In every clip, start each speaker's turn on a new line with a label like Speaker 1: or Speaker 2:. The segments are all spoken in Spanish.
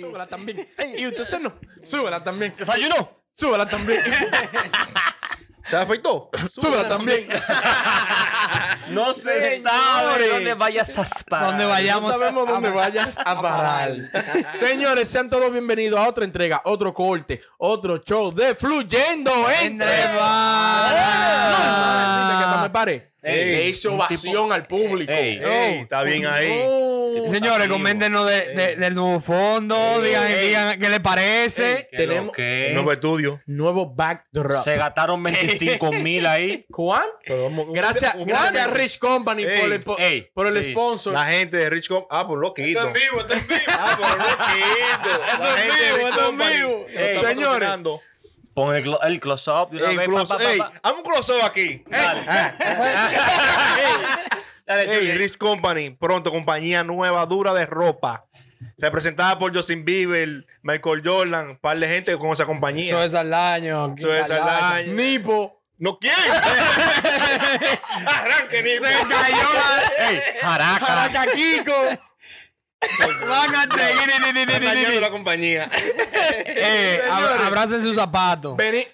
Speaker 1: súbala también. Y usted se no, súbala también.
Speaker 2: Desayuno.
Speaker 1: Súbala también.
Speaker 2: ¿Se afeitó?
Speaker 1: Súbala también.
Speaker 2: No
Speaker 3: se sabe
Speaker 2: se sabe.
Speaker 3: dónde vayas a parar.
Speaker 1: Donde vayamos. No sabemos dónde vayas a parar. Señores, sean todos bienvenidos a otra entrega, otro corte, otro show de Fluyendo entre Varas.
Speaker 3: Entre Varas.
Speaker 1: Dile que hasta me pare.
Speaker 2: Ey,
Speaker 1: Le hizo ovación al público.
Speaker 3: Ey,
Speaker 2: Ey, está bien ahí.
Speaker 1: Oh.
Speaker 3: Señores, coméntenos de- de- del nuevo fondo. Digan, digan qué les parece.
Speaker 1: Tenemos
Speaker 2: Un nuevo estudio.
Speaker 1: nuevo backdrop.
Speaker 4: Se gastaron 25 mil ahí.
Speaker 1: ¿Cuán?
Speaker 2: Pero vamos-
Speaker 1: Gracias,
Speaker 2: un- un-
Speaker 1: gracias a Rich Company
Speaker 2: Ey,
Speaker 1: por el, po-
Speaker 4: ey,
Speaker 1: por el
Speaker 4: sí.
Speaker 1: sponsor.
Speaker 2: La gente de Rich Com. Ah, por loquito.
Speaker 3: vivo, esto es vivo.
Speaker 2: Ah, por loquito. La
Speaker 3: es
Speaker 2: gente de
Speaker 3: mío,
Speaker 2: Rich
Speaker 3: esto es
Speaker 2: Company
Speaker 3: mío.
Speaker 2: nos está
Speaker 1: Señores.
Speaker 2: patrocinando.
Speaker 4: Pon el, clo- el close up. de una
Speaker 2: Ey,
Speaker 4: vez, pa,
Speaker 2: close-
Speaker 4: pa, pa,
Speaker 2: ey,
Speaker 4: pa.
Speaker 2: haz un close-up aquí.
Speaker 4: Dale,
Speaker 2: Hey,
Speaker 4: Junior.
Speaker 2: Rich Company, pronto, compañía nueva, dura de ropa. Representada por Justin Bieber, Michael Jordan, un par de gente con esa compañía.
Speaker 3: Eso es al año.
Speaker 2: Eso es Saldaña.
Speaker 1: Nipo.
Speaker 2: ¿No quién? Arranque, ni se
Speaker 4: Ey, jaraca.
Speaker 1: Para Kiko.
Speaker 3: Van a seguir. ni, ni, ni, ni, ni, ni.
Speaker 2: la compañía.
Speaker 3: Eh, abra- abracen sus zapatos.
Speaker 1: Vení.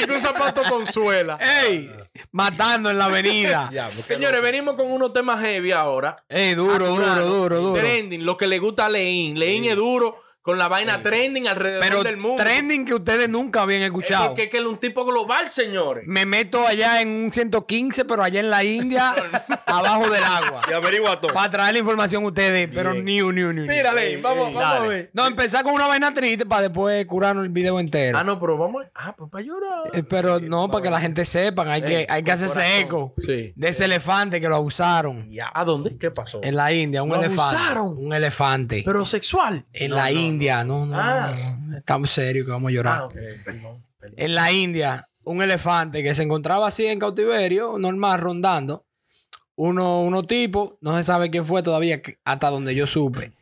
Speaker 1: y que un zapato consuela.
Speaker 3: ¡Ey! Matando en la avenida.
Speaker 1: Señores, venimos con unos temas heavy ahora.
Speaker 3: ¡Ey, duro, duro,
Speaker 1: Claro,
Speaker 3: duro, duro!
Speaker 1: Trending, lo que le gusta a Leín. Leín es duro con la vaina trending alrededor
Speaker 3: Pero
Speaker 1: del mundo.
Speaker 3: trending que ustedes nunca habían
Speaker 1: Es
Speaker 3: escuchado.
Speaker 1: Porque es que él es un tipo global, señores.
Speaker 3: Me meto allá en un 115, pero allá en la India, abajo del agua.
Speaker 2: Y averigua todo.
Speaker 3: Para traer la información a ustedes, pero ni un, ni un, ni un.
Speaker 1: Mira, Leín, vamos, vamos a
Speaker 4: dale.
Speaker 1: ver.
Speaker 3: No, empezar con una vaina triste para después curarnos el video entero.
Speaker 1: Ah, no, pero vamos. a- Ah, pues para llorar.
Speaker 3: Eh, Pero no, para que la gente sepa, hay que, hay que hacerse eco
Speaker 1: Sí.
Speaker 3: de ese elefante que lo abusaron.
Speaker 1: ¿A dónde?
Speaker 2: ¿Qué pasó?
Speaker 3: En la India, un
Speaker 1: ¿Lo
Speaker 3: elefante.
Speaker 1: abusaron?
Speaker 3: Un elefante.
Speaker 1: Pero sexual.
Speaker 3: En la India, no, no,
Speaker 1: Ah.
Speaker 3: no, no. Estamos serios que vamos a llorar.
Speaker 1: Ah, ok.
Speaker 3: En la India, un elefante que se encontraba así en cautiverio, normal, rondando. Uno, uno tipo, no se sabe quién fue todavía, que- hasta donde yo supe.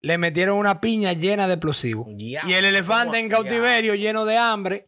Speaker 3: Le metieron una piña llena de explosivos.
Speaker 2: Ya.
Speaker 3: Y el elefante en cautiverio, lleno de hambre,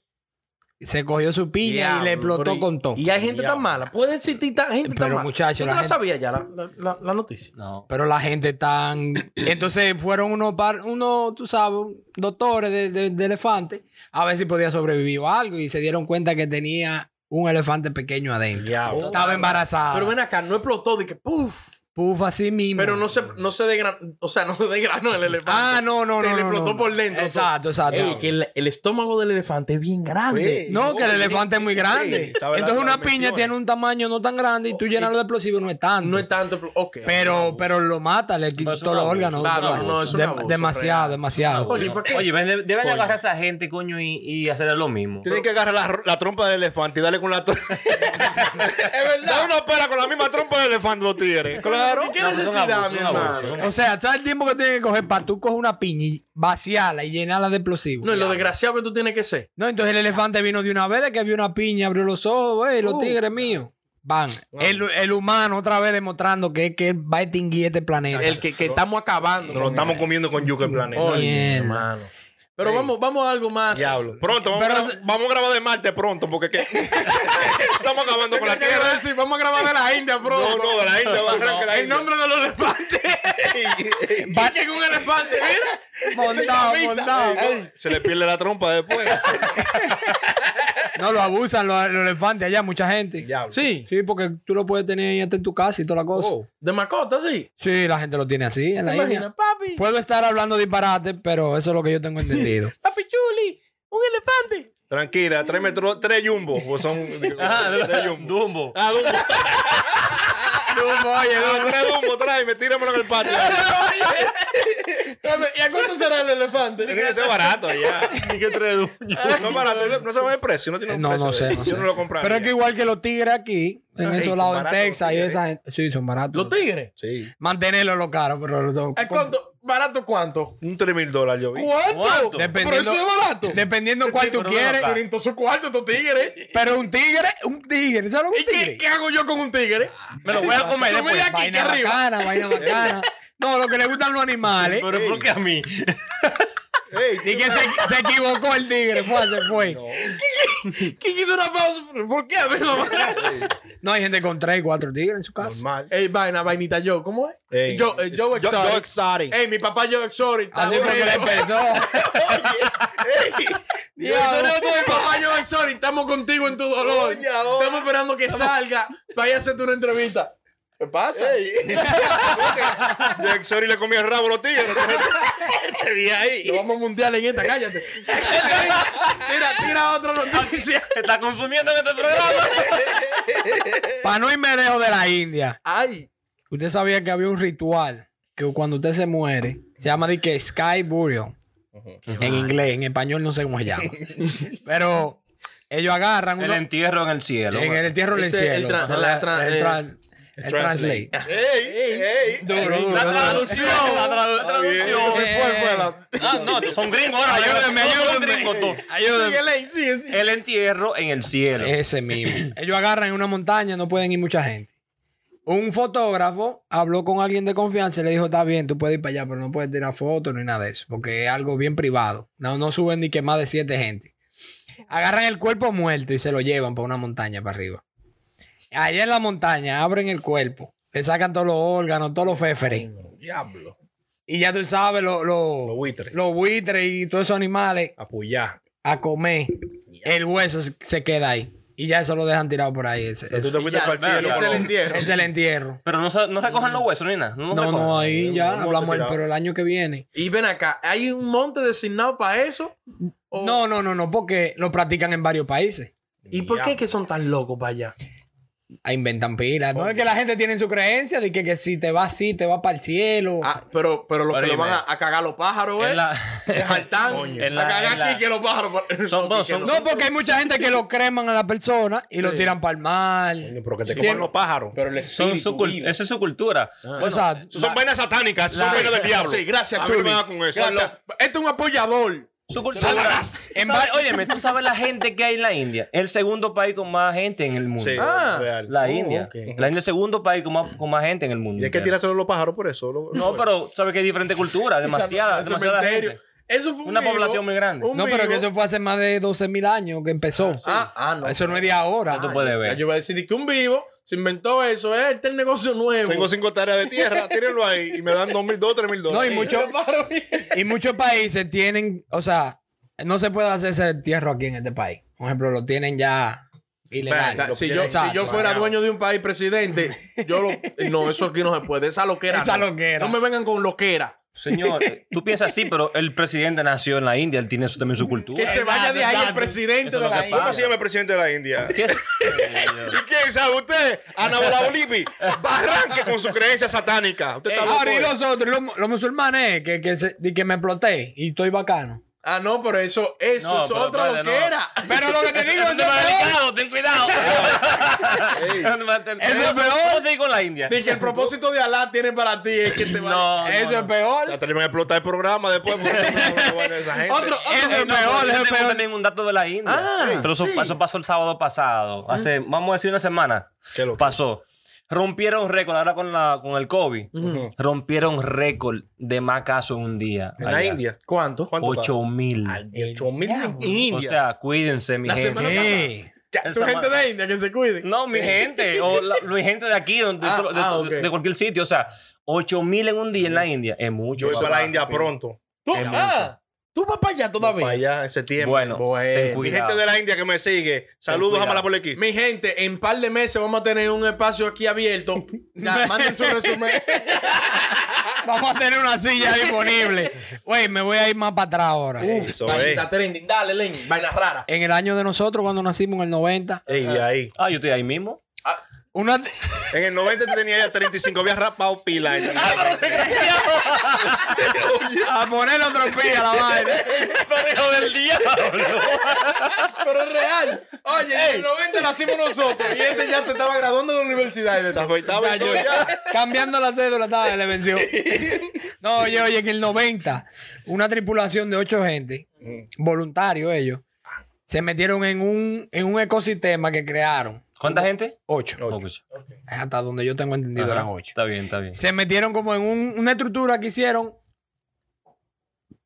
Speaker 3: se cogió su piña y le explotó
Speaker 1: Pero-
Speaker 3: con todo.
Speaker 1: Y hay gente tan mala. Puede existir tan, gente tan
Speaker 3: Pero,
Speaker 1: mala.
Speaker 3: muchacho,
Speaker 1: ¿Tú te
Speaker 3: la
Speaker 1: la,
Speaker 3: gente-
Speaker 1: sabía ya la, la- la- la noticia?
Speaker 4: No.
Speaker 3: Pero la gente tan... Entonces fueron unos, par... unos tú sabes, doctores de, de- de elefante a ver si podía sobrevivir o algo. Y se dieron cuenta que tenía un elefante pequeño adentro.
Speaker 2: Ya.
Speaker 3: Estaba embarazada.
Speaker 1: Pero ven acá, no explotó de que ¡puf!
Speaker 3: Puf, así mismo.
Speaker 1: Pero no se, no se desgranó, o sea, no se desgranó el elefante.
Speaker 3: Ah, no, no, no.
Speaker 1: Se le
Speaker 3: no,
Speaker 1: explotó
Speaker 3: no.
Speaker 1: por dentro. pues.
Speaker 3: Exacto, exacto.
Speaker 1: Ey, que el, el estómago del elefante es bien grande.
Speaker 2: Sí.
Speaker 3: No, que el elefante es muy grande.
Speaker 2: Sí, sabe la-
Speaker 3: Entonces
Speaker 2: las
Speaker 3: una piña
Speaker 2: dimensiones.
Speaker 3: tiene un tamaño no tan grande y tú llenarlo de explosivos no es tanto.
Speaker 1: No es tanto, pl- ok.
Speaker 3: pero, pero lo mata, le quita
Speaker 4: es un
Speaker 3: todos los
Speaker 4: abuso,
Speaker 3: órganos.
Speaker 1: claro,
Speaker 3: Dem-
Speaker 1: no, es un
Speaker 3: dem-
Speaker 1: abuso,
Speaker 3: demasiado,
Speaker 1: real.
Speaker 3: demasiado.
Speaker 1: Oye, ¿por qué?
Speaker 4: Ah, Oye, ven- deben
Speaker 2: Coño.
Speaker 4: agarrar a esa gente, coño, y, y hacerle lo mismo.
Speaker 2: Tienen que agarrar la, la trompa del elefante y darle con la trompa.
Speaker 1: es verdad.
Speaker 2: Dale una pera con la misma trompa del elefante, los tigres. Claro.
Speaker 1: ¿Qué
Speaker 4: No, pues son
Speaker 1: necesidad,
Speaker 4: abusos,
Speaker 1: mi
Speaker 4: son abusos,
Speaker 1: hermano?
Speaker 4: son-
Speaker 3: O sea, ¿sabes el tiempo que tienes que coger para tú coger una piña y vaciarla y llenarla de explosivos?
Speaker 1: No, y lo desgraciado que tú tienes que ser.
Speaker 3: No, entonces el elefante vino de una vez, de que vio una piña, abrió los ojos, güey, los
Speaker 1: Uh.
Speaker 3: tigres míos. Van. El, el humano otra vez demostrando que, que él va a extinguir este planeta.
Speaker 1: El que, que estamos acabando.
Speaker 2: Nos lo estamos comiendo con yuca el planeta.
Speaker 1: Oye,
Speaker 3: Mierda.
Speaker 1: hermano. Pero vamos, vamos a algo más.
Speaker 2: Diablo. Pronto, vamos,
Speaker 3: Pero
Speaker 2: a,
Speaker 3: se-
Speaker 2: gra- vamos a grabar de Marte pronto, porque que- estamos acabando con
Speaker 1: ¿Qué
Speaker 2: la
Speaker 1: quiero
Speaker 2: tierra.
Speaker 1: decir? Vamos a grabar de la India, bro.
Speaker 2: No, no, la gente va a arrancar la
Speaker 1: El
Speaker 2: India.
Speaker 1: nombre de los elefantes. Va llega un elefante, mira.
Speaker 3: Montado,
Speaker 1: Sin camisa.
Speaker 3: montado.
Speaker 2: Ey, Se le pierde la trompa después.
Speaker 3: No, lo abusan los, los elefantes allá, mucha gente.
Speaker 2: Diablo.
Speaker 1: Sí,
Speaker 3: Sí, porque tú lo puedes tener ahí hasta en tu casa y toda la cosa.
Speaker 1: Oh, de mascota, sí.
Speaker 3: Sí, la gente lo tiene así en la
Speaker 1: ¿Te imaginas,
Speaker 3: India. Pues-
Speaker 1: papi?
Speaker 3: Puedo estar hablando disparate, pero eso es lo que yo tengo entendido.
Speaker 1: Papi Chuli, un elefante.
Speaker 2: Tranquila, tres metros, tres jumbos. o son
Speaker 4: Ah,
Speaker 2: tres jumbos.
Speaker 4: Dumbo.
Speaker 2: Ah, jumbo. Ah, tres jumbos, tráeme, tíramelo en el patio.
Speaker 1: ¿Y a cuánto será el elefante?
Speaker 2: Tiene que ser barato ya.
Speaker 4: Ni que tres Dumbo.
Speaker 2: No es barato, no sabe el precio, no tiene un
Speaker 3: No,
Speaker 2: precio
Speaker 3: no
Speaker 2: de-
Speaker 3: sé, no sé.
Speaker 2: Yo no lo compraría.
Speaker 3: Pero es que igual que los tigres aquí, en
Speaker 2: Ey,
Speaker 3: esos
Speaker 2: son
Speaker 3: lados, en
Speaker 2: baratos
Speaker 3: Texas,
Speaker 2: los
Speaker 3: y
Speaker 2: tigres.
Speaker 3: esa gente. Sí, son baratos.
Speaker 1: Los tigres.
Speaker 2: Sí.
Speaker 3: Mantenerlo lo caro, pero los dos-
Speaker 1: ¿A cuánto? ¿Barato cuánto?
Speaker 2: Un 3 mil dólares yo vi.
Speaker 4: ¿Cuánto?
Speaker 1: Pero eso es barato.
Speaker 3: Dependiendo cuál tú
Speaker 4: Pero no
Speaker 3: quieres.
Speaker 4: lo caro.
Speaker 1: Entonces su cuarto, estos tigres.
Speaker 3: Pero un tigre, un tigre, ¿sabes lo que
Speaker 1: ¿Y
Speaker 3: es un tigre?
Speaker 1: qué, qué hago yo con un tigre?
Speaker 4: Me lo voy a comer
Speaker 1: Yo Ah, voy
Speaker 4: después.
Speaker 1: aquí, que
Speaker 3: Vaina
Speaker 1: arriba.
Speaker 3: bacana, vaina bacana. No, lo que le gustan los animales.
Speaker 4: Pero ¿por qué a mí?
Speaker 2: Ey,
Speaker 3: Y que se, se equivocó el tigre, fue, se fue.
Speaker 2: no.
Speaker 1: ¿Quién hizo una pausa? ¿Por qué? A ver, mamá.
Speaker 3: No, hay gente con tres, cuatro tigres en su casa.
Speaker 2: Normal.
Speaker 1: Ey, vaina, vainita yo, ¿cómo es?
Speaker 2: Ey,
Speaker 1: yo, eh,
Speaker 2: es-
Speaker 1: Joe
Speaker 2: Yo-
Speaker 1: Exotic.
Speaker 2: Joe Exotic.
Speaker 1: Ey, mi papá Joe Exotic. está
Speaker 3: Así fue Ah, que le
Speaker 1: aburrido.
Speaker 3: empezó.
Speaker 1: Yo sonido tuyo, papá Joe Exotic, estamos contigo en tu dolor.
Speaker 2: Oye, ahora.
Speaker 1: Estamos esperando que salga para ir a hacerte una entrevista. ¿Qué pasa?
Speaker 2: Joe Exotic le comía el rabo a los tigres. Te vi
Speaker 1: Lo
Speaker 2: ahí.
Speaker 1: vamos a mundial en esta, cállate. Mira, tira otra noticia.
Speaker 4: Se está consumiendo en este programa.
Speaker 3: Pano y Merejo de la India.
Speaker 1: Ay,
Speaker 3: Usted sabía que había un ritual que cuando usted se muere se llama de que Sky Burial. En inglés, en español no sé cómo se llama. Pero ellos agarran
Speaker 4: El
Speaker 3: uno-
Speaker 4: entierro en el cielo.
Speaker 3: en el entierro del
Speaker 1: Ese,
Speaker 3: cielo.
Speaker 1: el tra- la tra-
Speaker 3: el,
Speaker 1: eh,
Speaker 3: tran- el translate.
Speaker 2: Ey, ey.
Speaker 3: Duro, duro, duro.
Speaker 4: La, tradu-
Speaker 2: Está bien.
Speaker 4: traducción.
Speaker 3: Eh,
Speaker 4: Ah, no, son gringos ahora.
Speaker 3: Ayúdenme,
Speaker 4: Son
Speaker 3: ayúdenme.
Speaker 4: gringos todos.
Speaker 1: sigue ley, sigue, sigue.
Speaker 4: El entierro en el cielo.
Speaker 3: Ese mismo. Ellos agarran en una montaña, no pueden ir mucha gente. Un fotógrafo habló con alguien de confianza y le dijo, está bien, tú puedes ir para allá, pero no puedes tirar fotos ni nada de eso, porque es algo bien privado. No, no suben ni que más de siete gente. Agarran el cuerpo muerto y se lo llevan para una montaña para arriba. Allá en la montaña abren el cuerpo, le sacan todos los órganos, todos los féferes.
Speaker 2: Diablo.
Speaker 3: Y ya tú sabes, los los-
Speaker 2: Los buitres.
Speaker 3: los buitres y todos esos animales
Speaker 2: Apoyá.
Speaker 3: a comer, el hueso se- se queda ahí. Y ya eso lo dejan tirado por ahí. Ese,
Speaker 2: Tú
Speaker 3: ese-
Speaker 2: te fuiste
Speaker 1: Ya,
Speaker 2: para el
Speaker 1: ya,
Speaker 2: cielo.
Speaker 1: ya se
Speaker 2: Colón.
Speaker 1: le entierro.
Speaker 3: ese es el entierro.
Speaker 4: Pero no, sa- no recogen los huesos ni nada. No, los
Speaker 3: No,
Speaker 4: recogen.
Speaker 3: no, ahí
Speaker 2: Un
Speaker 3: ya
Speaker 2: monte
Speaker 3: hablamos, el,
Speaker 2: tirado.
Speaker 3: pero el año que viene.
Speaker 1: Y ven acá, ¿hay un monte designado para eso? ¿O-
Speaker 3: No, no, no, no, porque lo practican en varios países.
Speaker 1: ¿Y por qué que son tan locos para allá?
Speaker 3: Ah, inventan pilas. No es que la gente tiene su creencia de que, que si te va así, te va para el cielo.
Speaker 1: Ah, pero, pero los que
Speaker 4: Oye,
Speaker 1: lo van
Speaker 4: man.
Speaker 1: a, a cagar los pájaros, ¿eh?
Speaker 4: En la-
Speaker 1: Es hartán.
Speaker 2: Coño.
Speaker 1: A
Speaker 4: En la-
Speaker 1: cagar
Speaker 4: en la-
Speaker 1: aquí que los pájaros.
Speaker 4: Son- bueno,
Speaker 1: que
Speaker 4: son-
Speaker 1: los-
Speaker 3: no, porque hay mucha gente que lo creman a la persona y lo
Speaker 1: Sí.
Speaker 3: tiran para el mar.
Speaker 2: Coño, Pero que te
Speaker 3: Sí.
Speaker 2: coman los pájaros.
Speaker 1: Pero el
Speaker 4: son
Speaker 1: espíritu
Speaker 4: su cul-
Speaker 1: vive.
Speaker 4: esa es su cultura.
Speaker 3: o sea,
Speaker 2: Eso Son vainas satánicas. Son
Speaker 4: la-
Speaker 2: vainas del diablo.
Speaker 1: Sí, gracias,
Speaker 2: A mí
Speaker 1: Chuli.
Speaker 2: no me da con eso.
Speaker 1: Gracias. Este es un apoyador.
Speaker 4: Su cultura.
Speaker 3: Satanás.
Speaker 4: En var- Óyeme, tú sabes la gente que hay en la India. El segundo país con más gente en el mundo.
Speaker 2: Sí,
Speaker 1: Ah.
Speaker 2: real.
Speaker 4: La
Speaker 2: Oh,
Speaker 4: India.
Speaker 2: ok.
Speaker 4: La India es el segundo país con más, con más gente en el mundo.
Speaker 2: Y hay que
Speaker 4: entero.
Speaker 2: tirárselo a los pájaros por eso. lo-
Speaker 4: No, pero sabes que hay diferentes culturas. Demasiada,
Speaker 1: El
Speaker 4: demasiada
Speaker 1: cementerio.
Speaker 4: gente.
Speaker 1: Eso fue un
Speaker 4: Una
Speaker 1: vivo,
Speaker 4: población muy grande.
Speaker 1: un
Speaker 3: No, pero que
Speaker 1: vivo.
Speaker 3: eso fue hace más de 12 mil años que empezó.
Speaker 1: Ah, ah, no.
Speaker 3: Eso no es de ahora.
Speaker 4: Tú puedes
Speaker 1: Ya
Speaker 4: ver.
Speaker 1: Yo voy a decir que un vivo se inventó eso, ¿eh? Este es el negocio nuevo.
Speaker 2: Tengo cinco tareas de tierra, tírenlo ahí y me dan dos mil dos, tres mil
Speaker 3: No,
Speaker 2: dólares.
Speaker 3: y mucho-
Speaker 1: Los pájaros viven.
Speaker 3: Y muchos países tienen, o sea, no se puede hacer ese entierro aquí en este país. Por ejemplo, lo tienen ya ilegal.
Speaker 2: Venga,
Speaker 1: Ta-
Speaker 2: Lo
Speaker 1: Si
Speaker 2: que
Speaker 1: yo,
Speaker 3: tiene-
Speaker 1: si yo
Speaker 3: Exacto.
Speaker 1: fuera dueño de un país presidente, yo lo. No, eso aquí no se puede. Esa loquera.
Speaker 3: Esa
Speaker 1: no.
Speaker 3: loquera.
Speaker 1: No me vengan con loquera.
Speaker 4: Señor, tú piensas así, pero el presidente nació en la India. Él tiene su- también su cultura.
Speaker 1: Que se
Speaker 3: Exacto,
Speaker 1: vaya de ahí el
Speaker 3: exacto.
Speaker 1: presidente
Speaker 4: Eso es
Speaker 1: de
Speaker 4: lo
Speaker 1: la
Speaker 4: que
Speaker 1: India.
Speaker 2: ¿Cómo se llama el presidente de la India?
Speaker 4: ¿Qué es?
Speaker 2: ¿Y quién sabe usted? Ana Bolaulipi. Barranque con su creencia satánica. Usted está loco,
Speaker 3: Ah, Ahora, y
Speaker 2: eh.
Speaker 3: nosotros, y los, los musulmanes, eh, que, que, se- di que me exploté y estoy bacano.
Speaker 1: Ah, no, pero eso, eso
Speaker 4: No,
Speaker 1: es
Speaker 4: pero
Speaker 1: otra
Speaker 4: espérate, no.
Speaker 1: loquera.
Speaker 3: Pero lo que te digo
Speaker 4: Eso
Speaker 3: es
Speaker 4: es
Speaker 3: lo
Speaker 4: para delicado,
Speaker 3: peor.
Speaker 4: ten cuidado.
Speaker 3: Eso es peor.
Speaker 4: Vamos a seguir con la India.
Speaker 1: Ni que el propósito de Alá tiene para ti es que te va
Speaker 4: No,
Speaker 3: Eso es
Speaker 2: O sea,
Speaker 3: peor.
Speaker 2: tenemos que explotar el programa después. porque no vale esa gente.
Speaker 1: Otro,
Speaker 3: Eso
Speaker 1: otro.
Speaker 3: es peor, eso es
Speaker 4: tenemos
Speaker 3: peor.
Speaker 4: también un dato de la India.
Speaker 1: Ah,
Speaker 4: pero eso,
Speaker 1: sí.
Speaker 4: eso pasó el sábado pasado. Hace, vamos a decir, una semana.
Speaker 2: Qué loco.
Speaker 4: Pasó. Rompieron récord ahora con, la, con el COVID. Rompieron récord de más casos en un día.
Speaker 2: En la India.
Speaker 1: ¿Cuánto?
Speaker 2: ¿Cuánto
Speaker 4: 8 mil.
Speaker 2: Ocho mil en India.
Speaker 4: O sea, cuídense, mi
Speaker 1: La
Speaker 4: gente.
Speaker 1: semana pasada.
Speaker 3: Sí.
Speaker 1: Ya, Tu
Speaker 4: Esa
Speaker 1: gente
Speaker 4: ma-
Speaker 1: de India que se cuide.
Speaker 4: No, mi gente, o la, mi gente de aquí, donde-
Speaker 1: Ah,
Speaker 4: de, de-
Speaker 1: ah, ok.
Speaker 4: de cualquier sitio. O sea, 8 mil en un día en la India es mucho.
Speaker 2: Yo voy
Speaker 4: papá.
Speaker 2: para la India pronto.
Speaker 1: Tú,
Speaker 4: Es
Speaker 1: ah, tú vas para allá todavía.
Speaker 2: Para allá en septiembre.
Speaker 4: Bueno,
Speaker 1: Bueno.
Speaker 4: ten
Speaker 2: Mi
Speaker 4: cuidado.
Speaker 2: gente de la India que me sigue, saludos a
Speaker 4: cuidado.
Speaker 2: Malapolequi.
Speaker 1: Mi gente, en par de meses vamos a tener un espacio aquí abierto. Ya, manden su resumen.
Speaker 3: Vamos a tener una silla disponible. Güey, me voy a ir más para atrás ahora.
Speaker 2: Eso
Speaker 1: Vainita
Speaker 2: es.
Speaker 1: trending, dale, Len, vaina rara.
Speaker 3: En el año de nosotros, cuando nacimos en el 90,
Speaker 2: Ey, de ahí.
Speaker 4: Ah, yo estoy ahí mismo.
Speaker 3: una,
Speaker 2: En el 90 te tenía ya 35, había rapado pila.
Speaker 3: a poner otro pie a la vaina.
Speaker 4: Hijo del diablo.
Speaker 1: Pero es real. Oye, en el 90 nacimos nosotros y este ya te estaba graduando de la universidad. y de
Speaker 2: Se
Speaker 1: todo.
Speaker 2: afeitaba y
Speaker 3: Pues, Ya,
Speaker 2: todo
Speaker 3: yo-
Speaker 2: ya.
Speaker 3: Cambiando la cédula, estaba le venció. No, oye, oye, en el 90, una tripulación de ocho gente, voluntarios ellos, se metieron en un, en un ecosistema que crearon.
Speaker 4: ¿Cuánta gente?
Speaker 3: Ocho.
Speaker 4: Ocho.
Speaker 3: Hasta donde yo tengo entendido
Speaker 4: Ajá,
Speaker 3: eran ocho.
Speaker 4: Está bien, está bien.
Speaker 3: Se metieron como en un- una estructura que hicieron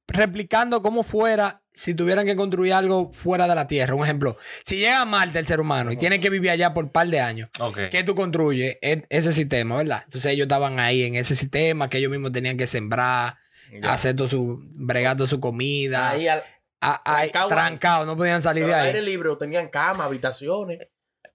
Speaker 3: replicando como fuera si tuvieran que construir algo fuera de la Tierra. Un ejemplo, si llega a Marte el ser humano y tiene que vivir allá por un par de años,
Speaker 4: Ok.
Speaker 3: ¿qué tú construyes? E- ese sistema, ¿verdad? Entonces ellos estaban ahí en ese sistema que ellos mismos tenían que sembrar, hacer todo su, bregar toda su comida,
Speaker 1: Ahí al,
Speaker 3: A- ahí,
Speaker 1: trancado.
Speaker 3: trancado, no podían salir
Speaker 1: pero
Speaker 3: de
Speaker 1: al
Speaker 3: ahí.
Speaker 1: aire libre o tenían cama, habitaciones.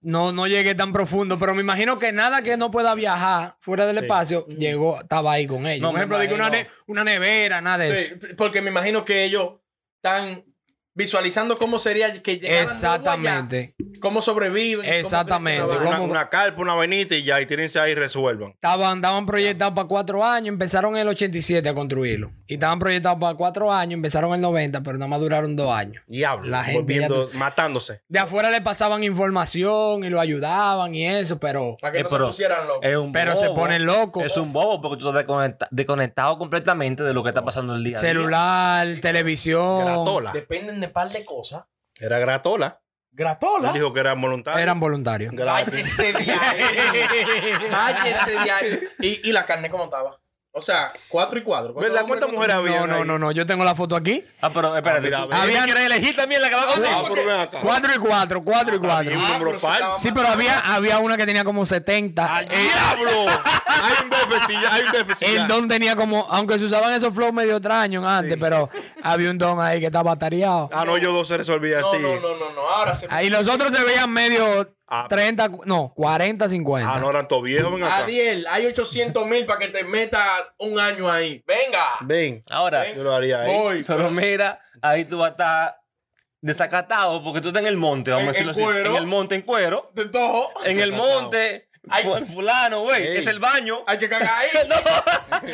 Speaker 3: No, no llegué tan profundo, pero me imagino que nada que no pueda viajar fuera del
Speaker 2: Sí.
Speaker 3: espacio llegó, estaba ahí con ellos.
Speaker 4: No,
Speaker 3: Por
Speaker 4: me
Speaker 3: ejemplo, de que una,
Speaker 4: imagino.
Speaker 3: ne- una nevera, nada de eso.
Speaker 1: Sí, porque me imagino que ellos están visualizando cómo sería que llegaran de allá,
Speaker 3: Exactamente.
Speaker 1: cómo sobreviven. cómo
Speaker 3: Exactamente.
Speaker 1: crecen la vaina.
Speaker 2: Una, una carpa, una vainita y ya, y tírense ahí y resuelvan.
Speaker 3: Estaban, estaban proyectados para cuatro años, empezaron en el 87 a construirlo. Y estaban proyectados para cuatro años, empezaron en el 90, pero nada más duraron dos años.
Speaker 2: Diablo,
Speaker 3: La gente
Speaker 2: volviendo, matándose.
Speaker 3: De afuera le pasaban información y lo ayudaban y eso, pero
Speaker 1: Para que
Speaker 4: Eh,
Speaker 1: no se
Speaker 4: pero-
Speaker 1: pusieran locos.
Speaker 4: Es un
Speaker 3: Pero se
Speaker 4: bobo.
Speaker 3: ponen locos.
Speaker 4: Es un bobo porque tú estás desconecta- desconectado completamente de lo que está pasando el día. a día.
Speaker 3: celular, televisión,
Speaker 2: Gratola.
Speaker 1: Dependen de par de cosas.
Speaker 2: Era Gratola.
Speaker 1: Gratola.
Speaker 2: Él dijo que era voluntario.
Speaker 3: eran voluntarios.
Speaker 2: Gratis.
Speaker 1: Váyese de ahí. Váyese de ahí. Y, y la carne como estaba. O sea, cuatro y cuatro. ¿Cuántos
Speaker 2: ¿Verdad?
Speaker 1: hombres,
Speaker 2: ¿Cuántas
Speaker 1: cuántos-
Speaker 2: mujeres había?
Speaker 3: No, no, no, no, yo tengo la foto aquí.
Speaker 4: Ah, pero espérate.
Speaker 2: Ah, mira,
Speaker 4: tú-
Speaker 2: a ver.
Speaker 4: Habían-
Speaker 3: Habían-
Speaker 4: ¿Quieres elegir también la que va
Speaker 2: Ah,
Speaker 4: contigo?
Speaker 2: pero ven acá.
Speaker 3: Cuatro y cuatro, cuatro y cuatro.
Speaker 2: bien.
Speaker 1: Ah,
Speaker 2: Número
Speaker 1: pero se
Speaker 2: par.
Speaker 1: estaban
Speaker 3: Sí, pero
Speaker 1: matando.
Speaker 3: había, había una que tenía como 70.
Speaker 2: ¡Al diablo! hay un déficit, ya, hay un déficit. ya.
Speaker 3: El don tenía como, aunque se usaban esos flows medio extraños antes, pero había un don ahí que estaba tareado.
Speaker 2: Ah, no, yo dos se resolvía
Speaker 1: No,
Speaker 2: así.
Speaker 1: no, no, no, no. Ahora se.
Speaker 3: Ahí los otros se veían medio
Speaker 2: Ah.
Speaker 3: 30, cu- no, 40, 50.
Speaker 2: Ah, no, eran todos viejos, ven acá.
Speaker 1: Adiel, hay 800 mil para que te meta un año ahí. Venga.
Speaker 2: Ven,
Speaker 4: Ahora,
Speaker 2: yo lo haría ahí.
Speaker 1: Voy.
Speaker 4: pero mira, ahí tú vas a estar desacatado porque tú estás en el monte,
Speaker 1: En-
Speaker 4: vamos a decirlo
Speaker 1: en
Speaker 4: así.
Speaker 1: cuero.
Speaker 4: En el monte, en cuero.
Speaker 1: De todo.
Speaker 4: En el monte,
Speaker 1: Ay.
Speaker 4: fu- fulano, güey.
Speaker 2: Ey.
Speaker 4: Es el baño.
Speaker 1: Hay que cagar ahí.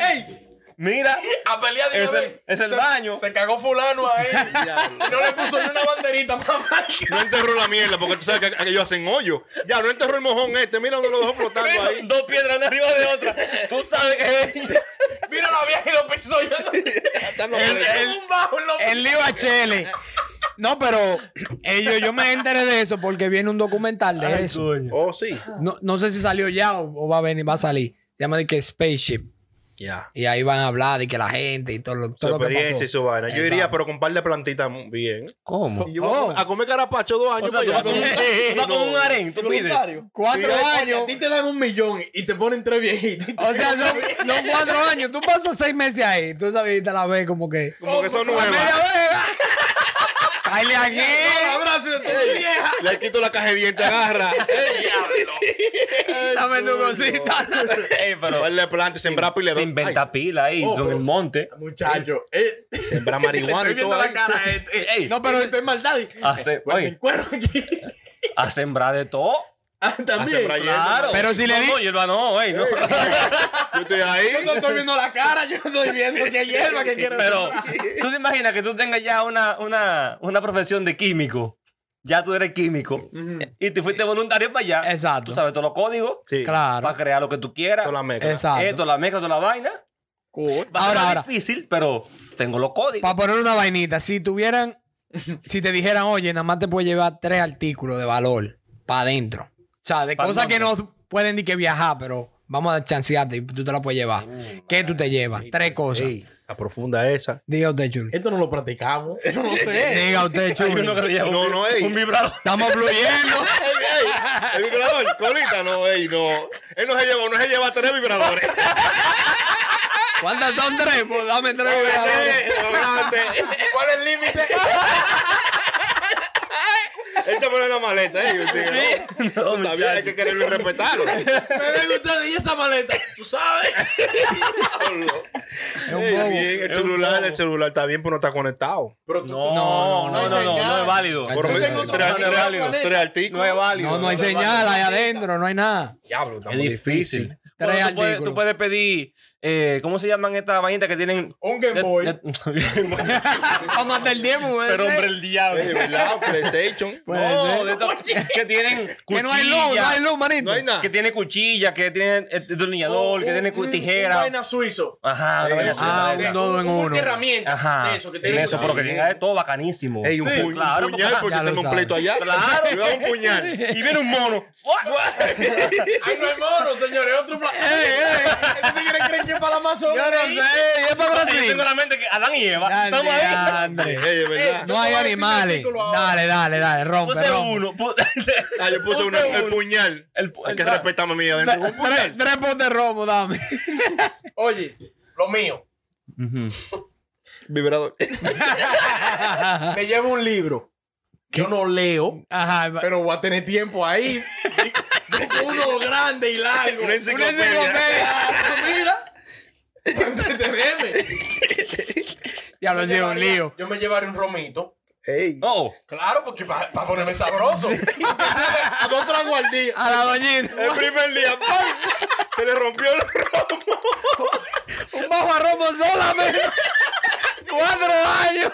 Speaker 1: ¡Ey!
Speaker 4: Mira.
Speaker 1: A pelear de
Speaker 4: Es
Speaker 1: una
Speaker 4: el-
Speaker 1: vez.
Speaker 4: es el
Speaker 1: Se-
Speaker 4: baño.
Speaker 1: Se cagó fulano ahí.
Speaker 2: Diablo.
Speaker 1: Y no le puso ni una banderita para
Speaker 2: No enterró la mierda porque tú sabes que aquellos hacen hoyo. Ya, no enterró el mojón este. Mira dónde lo dejó flotando ahí.
Speaker 4: Dos piedras una arriba de otra. Tú sabes que es.
Speaker 1: Mira la vieja y lo pisó. Yo no-
Speaker 3: El-
Speaker 1: Tiene
Speaker 3: el-
Speaker 1: un bajo en los
Speaker 3: El lío a Chele. No, pero ellos, yo me enteré de eso porque viene un documental de eso.
Speaker 2: Oh, sí.
Speaker 3: No, no sé si salió ya o, o va a venir, va a salir. Se llama de que Spaceship.
Speaker 2: Ya.
Speaker 3: Y ahí van a hablar de que la gente y todo lo,
Speaker 2: Su
Speaker 3: todo lo que pasó.
Speaker 2: experiencia y su vaina. Yo
Speaker 3: Exacto.
Speaker 2: iría, pero con un par de plantitas muy bien.
Speaker 4: ¿Cómo?
Speaker 2: Y yo voy a comer- a comer carapacho dos años.
Speaker 4: Oh. O sea, tú
Speaker 2: para
Speaker 4: vas
Speaker 2: allá.
Speaker 4: con, tú vas con un harén, tú pides.
Speaker 3: Cuatro años.
Speaker 1: A ti te dan un millón y te ponen tres viejitos.
Speaker 3: O sea, son, son cuatro años. Tú pasas seis meses ahí. Tú sabes, te la ves como que.
Speaker 2: Como que son
Speaker 1: Como
Speaker 3: ¡A media
Speaker 2: nuevas.
Speaker 3: vega! ¡Dale aquí!
Speaker 1: abrazo de vieja.
Speaker 2: Le quito la caja de dientes, agarra. Ey, diablo.
Speaker 3: Dame tu cosita.
Speaker 4: Ey, pero
Speaker 2: Ponle planta, sembrar pila.
Speaker 4: se inventa pila ahí,
Speaker 1: Oh,
Speaker 4: con
Speaker 1: pero-
Speaker 4: el monte.
Speaker 1: Muchacho, eh.
Speaker 2: Sembrar
Speaker 1: Le
Speaker 2: marihuana
Speaker 1: estoy
Speaker 2: y todo.
Speaker 1: viendo la
Speaker 2: ahí.
Speaker 1: cara a este.
Speaker 4: Ey,
Speaker 3: No, pero.
Speaker 1: esto es maldad. Y-
Speaker 4: Hace-
Speaker 1: Bueno,
Speaker 4: Ah, oye.
Speaker 1: en cuero aquí.
Speaker 4: a sembrar de todo.
Speaker 1: Ah, También.
Speaker 2: sembrar
Speaker 4: Claro.
Speaker 3: Pero si le di-
Speaker 4: No, No, hierba no, ey, no.
Speaker 2: Yo estoy
Speaker 1: Yo
Speaker 2: ahí.
Speaker 1: no estoy viendo la cara, yo estoy viendo qué hierba que quiere.
Speaker 4: Pero tú te imaginas que tú tengas ya una, una, una profesión de químico. Ya tú eres químico. Y te fuiste voluntario para allá.
Speaker 3: Exacto.
Speaker 4: Tú sabes todos los códigos.
Speaker 2: Sí.
Speaker 3: Claro.
Speaker 4: Para crear lo que tú quieras.
Speaker 2: Toda la mezcla.
Speaker 3: Exacto.
Speaker 4: Esto, la mezcla, toda la vaina. Va
Speaker 3: Ahora,
Speaker 4: a
Speaker 3: ahora.
Speaker 4: ser difícil, pero tengo los códigos.
Speaker 3: Para poner una vainita. Si tuvieran. Si te dijeran, oye, nada más te puedes llevar tres artículos de valor para adentro. O sea, de
Speaker 4: ¿Pa'l
Speaker 3: cosas que
Speaker 4: monte?
Speaker 3: no pueden ni que viajar, pero vamos a chancearte y tú te la puedes llevar. ¿Qué tú te llevas? Tres cosas.
Speaker 2: Ey, la profunda esa.
Speaker 3: Diga usted, Chuli.
Speaker 1: Esto no lo practicamos. Yo no sé.
Speaker 3: Diga usted,
Speaker 4: Hay
Speaker 3: Chuli.
Speaker 4: uno que le lleva
Speaker 2: No,
Speaker 4: un,
Speaker 2: no, ey.
Speaker 4: un vibrador.
Speaker 3: Estamos fluyendo.
Speaker 2: Ey, ey, el vibrador, colita, no, ey, no. Él no se llevó, no se lleva tres vibradores.
Speaker 3: ¿Cuántas son tres? Pues dame tres. vibradores.
Speaker 2: Ey, lo grande.
Speaker 1: ¿Cuál es el límite?
Speaker 2: Él te pone la maleta, ey, usted,
Speaker 4: No,
Speaker 2: no, Está bien, hay
Speaker 4: muchacho.
Speaker 2: que quererlo y respetarlo.
Speaker 1: Me ven ustedes y esa maleta. Tú sabes.
Speaker 2: Diablo.
Speaker 3: Es un
Speaker 2: Ey,
Speaker 3: bobo.
Speaker 2: bien, el
Speaker 4: Es un
Speaker 2: celular,
Speaker 4: bobo.
Speaker 2: el celular está bien, pero no está conectado.
Speaker 1: Pero tú-
Speaker 4: No,
Speaker 3: No,
Speaker 4: no,
Speaker 3: no
Speaker 4: no,
Speaker 3: hay
Speaker 4: no, no,
Speaker 1: señal.
Speaker 4: es válido.
Speaker 3: Hay
Speaker 2: Por lo
Speaker 3: señal.
Speaker 2: menos
Speaker 1: Tengo
Speaker 2: tres,
Speaker 1: todo
Speaker 2: tres-
Speaker 1: válido.
Speaker 2: tres artículos.
Speaker 4: No es válido.
Speaker 3: No, no hay señal ahí adentro, no hay nada.
Speaker 2: Diablo, está
Speaker 4: Es
Speaker 2: muy
Speaker 4: difícil.
Speaker 3: Tres
Speaker 4: Bueno, tú, puedes,
Speaker 3: artículos.
Speaker 4: tú puedes pedir, eh, ¿cómo se llaman estas vainitas que tienen?
Speaker 1: Un Game Boy.
Speaker 4: De-
Speaker 3: Vamos hasta el 10, mujer.
Speaker 4: Pero hombre, el diablo.
Speaker 2: Ey, ¿verdad? PlayStation.
Speaker 3: Puede
Speaker 4: Eh, no,
Speaker 3: ser.
Speaker 4: de to- que tienen
Speaker 3: Que
Speaker 4: cuchilla,
Speaker 3: no hay luz, no hay luz, manito.
Speaker 2: No hay nada.
Speaker 4: que tiene cuchilla, que tiene eh, destornillador, que tiene cu-
Speaker 1: Oh, mm, Un
Speaker 4: tijera.
Speaker 1: vaina suizo.
Speaker 4: Ajá, una vaina así,
Speaker 3: Ah, un
Speaker 4: una vaina.
Speaker 3: do- todo en uno.
Speaker 1: herramienta.
Speaker 4: Ajá.
Speaker 1: De eso que tiene
Speaker 4: eso,
Speaker 1: cuchillo.
Speaker 4: pero que tenga de todo bacanísimo.
Speaker 2: Ey, un,
Speaker 1: Sí,
Speaker 2: pu- un
Speaker 4: claro,
Speaker 2: puñal,
Speaker 4: porque-
Speaker 2: porque
Speaker 3: Ya
Speaker 2: se
Speaker 3: lo
Speaker 2: me un
Speaker 3: sabe.
Speaker 2: pleito allá.
Speaker 4: Claro.
Speaker 2: Le da un puñal.
Speaker 4: Y viene un mono.
Speaker 1: Ay, no hay mono, señores. Otro plan. ¿Ustedes creen que ir para la Amazonas.
Speaker 3: Yo no sé, y es para
Speaker 4: Yo
Speaker 3: Brasil.
Speaker 4: tengo en la mente que Adán y Eva.
Speaker 3: Dale,
Speaker 4: Ah, estamos ahí.
Speaker 3: Andre.
Speaker 2: Ey, es verdad.
Speaker 1: Ey, yo
Speaker 3: No hay
Speaker 1: te voy a decir
Speaker 3: animales.
Speaker 1: artículo ahora.
Speaker 3: Dale, dale, dale. Rompe,
Speaker 4: Puse
Speaker 3: rompe.
Speaker 4: uno. pu-
Speaker 2: Ah, yo puse una- el puñal.
Speaker 4: El pu-
Speaker 2: Hay que
Speaker 4: el-
Speaker 2: respetarme a mí adentro.
Speaker 3: Tre- Tres, tres potes de romo, dame.
Speaker 1: Oye, lo mío.
Speaker 2: Vibrador.
Speaker 1: Me llevo un libro. Yo no leo,
Speaker 3: Ajá.
Speaker 1: pero voy a tener tiempo ahí. Uno grande y largo.
Speaker 2: Una
Speaker 3: Una
Speaker 2: enciclopedia.
Speaker 3: enciclopedia.
Speaker 1: Mira. Para entretenerme.
Speaker 3: Ya lo
Speaker 1: Me
Speaker 3: sido un
Speaker 1: llevaría-
Speaker 3: lío.
Speaker 1: Yo me llevaré un romito.
Speaker 2: Ey.
Speaker 4: Oh,
Speaker 1: Claro, porque para ponerme sabroso. Aunque sea de- a dos tragos al día.
Speaker 3: A la doñita.
Speaker 2: El primer día, ¡pam! Se le rompió el romo.
Speaker 3: Un bajo a romo solamente. Cuatro años.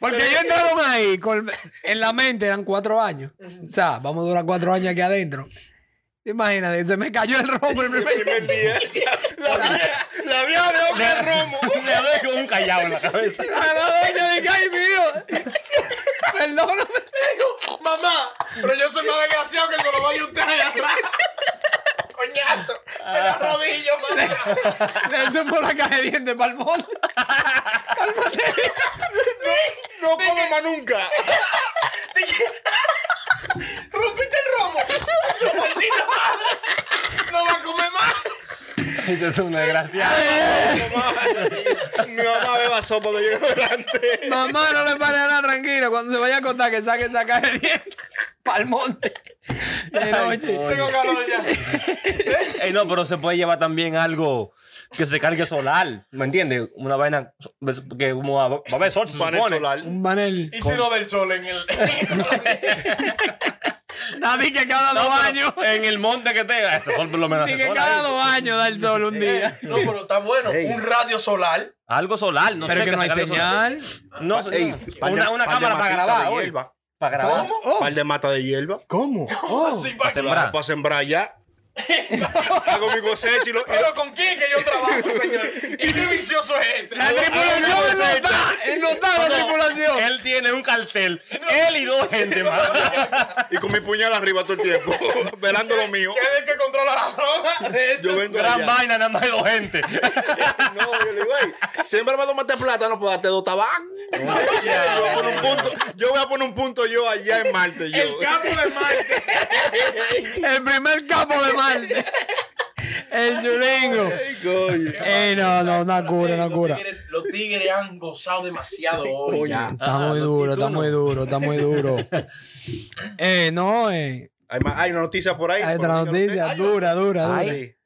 Speaker 3: Porque ellos entraron ahí. con- en la mente eran cuatro años. O sea, vamos a durar cuatro años aquí adentro. Imagínate, se me cayó el romo el primer
Speaker 2: primer día. La vieja, la vieja dejó que el romo.
Speaker 4: me doy con un callado en la cabeza.
Speaker 3: A la doña de ay mío. Perdóname.
Speaker 1: Mamá, pero yo soy más desgraciado que cuando vaya usted allá atrás. Coñazo, me la rodillo, mamá.
Speaker 3: Le supo la caja de dientes para el mono.
Speaker 2: No como más nunca.
Speaker 1: Rompiste el romo. Tu maldita madre. No va a comer más.
Speaker 4: Esto es una desgracia.
Speaker 2: Mi mamá beba sopa cuando llego delante.
Speaker 3: Mamá, no le pare nada tranquilo. Cuando se vaya a contar que saque esa caja de dientes para el monte. De noche.
Speaker 1: Tengo calor ya.
Speaker 4: Ey, no, pero se puede llevar también algo que se cargue solar. ¿Me entiendes? Una vaina so- ves- que como va va a haber sol, se
Speaker 2: Panel
Speaker 4: supone.
Speaker 2: solar.
Speaker 3: Un panel.
Speaker 1: Y si no del sol en el.
Speaker 3: Nadie que cada
Speaker 4: No,
Speaker 3: dos
Speaker 4: pero
Speaker 3: años.
Speaker 4: En el monte que te. Ese sol por lo menos
Speaker 3: Ni
Speaker 4: hace
Speaker 3: que
Speaker 4: sol
Speaker 3: cada
Speaker 4: ahí.
Speaker 3: dos años da el sol un día.
Speaker 1: No, pero está bueno. Un radio solar.
Speaker 4: Algo solar, no
Speaker 3: Pero
Speaker 4: sé
Speaker 3: que no hay
Speaker 4: se cargue solar.
Speaker 3: señal.
Speaker 4: No,
Speaker 2: Ey,
Speaker 4: señor.
Speaker 2: par de-
Speaker 4: una, una
Speaker 2: par
Speaker 4: cámara
Speaker 2: de
Speaker 4: para
Speaker 2: matitas
Speaker 4: grabar.
Speaker 2: de
Speaker 4: hoy.
Speaker 2: hierba.
Speaker 4: Para grabar.
Speaker 1: ¿Cómo?
Speaker 2: Par de matas de hierba.
Speaker 3: ¿Cómo?
Speaker 1: Así para
Speaker 4: Sembrar.
Speaker 2: Claro, para sembrar ya. Hago mi cosecha y lo.
Speaker 1: Pero con quién que yo trabajo, señor. Y qué vicioso es este.
Speaker 3: La tripulación no está. No está la tripulación.
Speaker 4: Él tiene un cartel. Él y dos gente más.
Speaker 2: Y con mi puñal arriba todo el tiempo. Velando lo mío.
Speaker 1: ¿Qué es el que controla la droga? De hecho,
Speaker 2: Yo vendo
Speaker 4: Gran
Speaker 2: allá.
Speaker 4: vaina, nada más hay dos gente.
Speaker 2: No, yo le digo, "Ey, siémbrame dos matas de plátano para darte dos tabacos. Yo voy a poner un punto- Yo voy a poner un punto yo allá en Marte. Yo.
Speaker 1: el capo de Marte.
Speaker 3: El primer capo de Marte. El chulingo.
Speaker 2: Ay, coño.
Speaker 3: Eh, no, no, una cura, una
Speaker 1: Los
Speaker 3: cura.
Speaker 1: tigres- Los tigres han gozado demasiado hoy. ya.
Speaker 3: Está
Speaker 4: Ah,
Speaker 3: muy
Speaker 4: no,
Speaker 3: duro,
Speaker 4: y tú
Speaker 3: está
Speaker 4: no.
Speaker 3: muy duro, está muy duro. Eh, no, eh.
Speaker 2: Hay, más- hay una noticia por ahí.
Speaker 3: Hay otra
Speaker 2: Por ahí,
Speaker 3: noticia,
Speaker 2: ¿no?
Speaker 3: dura, dura, dura.
Speaker 2: Ay, sí.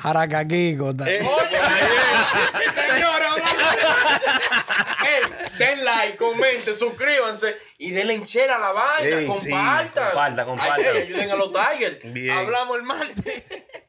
Speaker 3: Jaracaquico. está-
Speaker 2: Eh,
Speaker 1: Oye, señores, Ey, den like, comenten, suscríbanse y denle enchera a la vaina.
Speaker 2: Ey, sí,
Speaker 1: compartan.
Speaker 4: compartan, compartan.
Speaker 1: Ay, ey, ayuden a los Tigers.
Speaker 2: Bien.
Speaker 1: Hablamos el martes.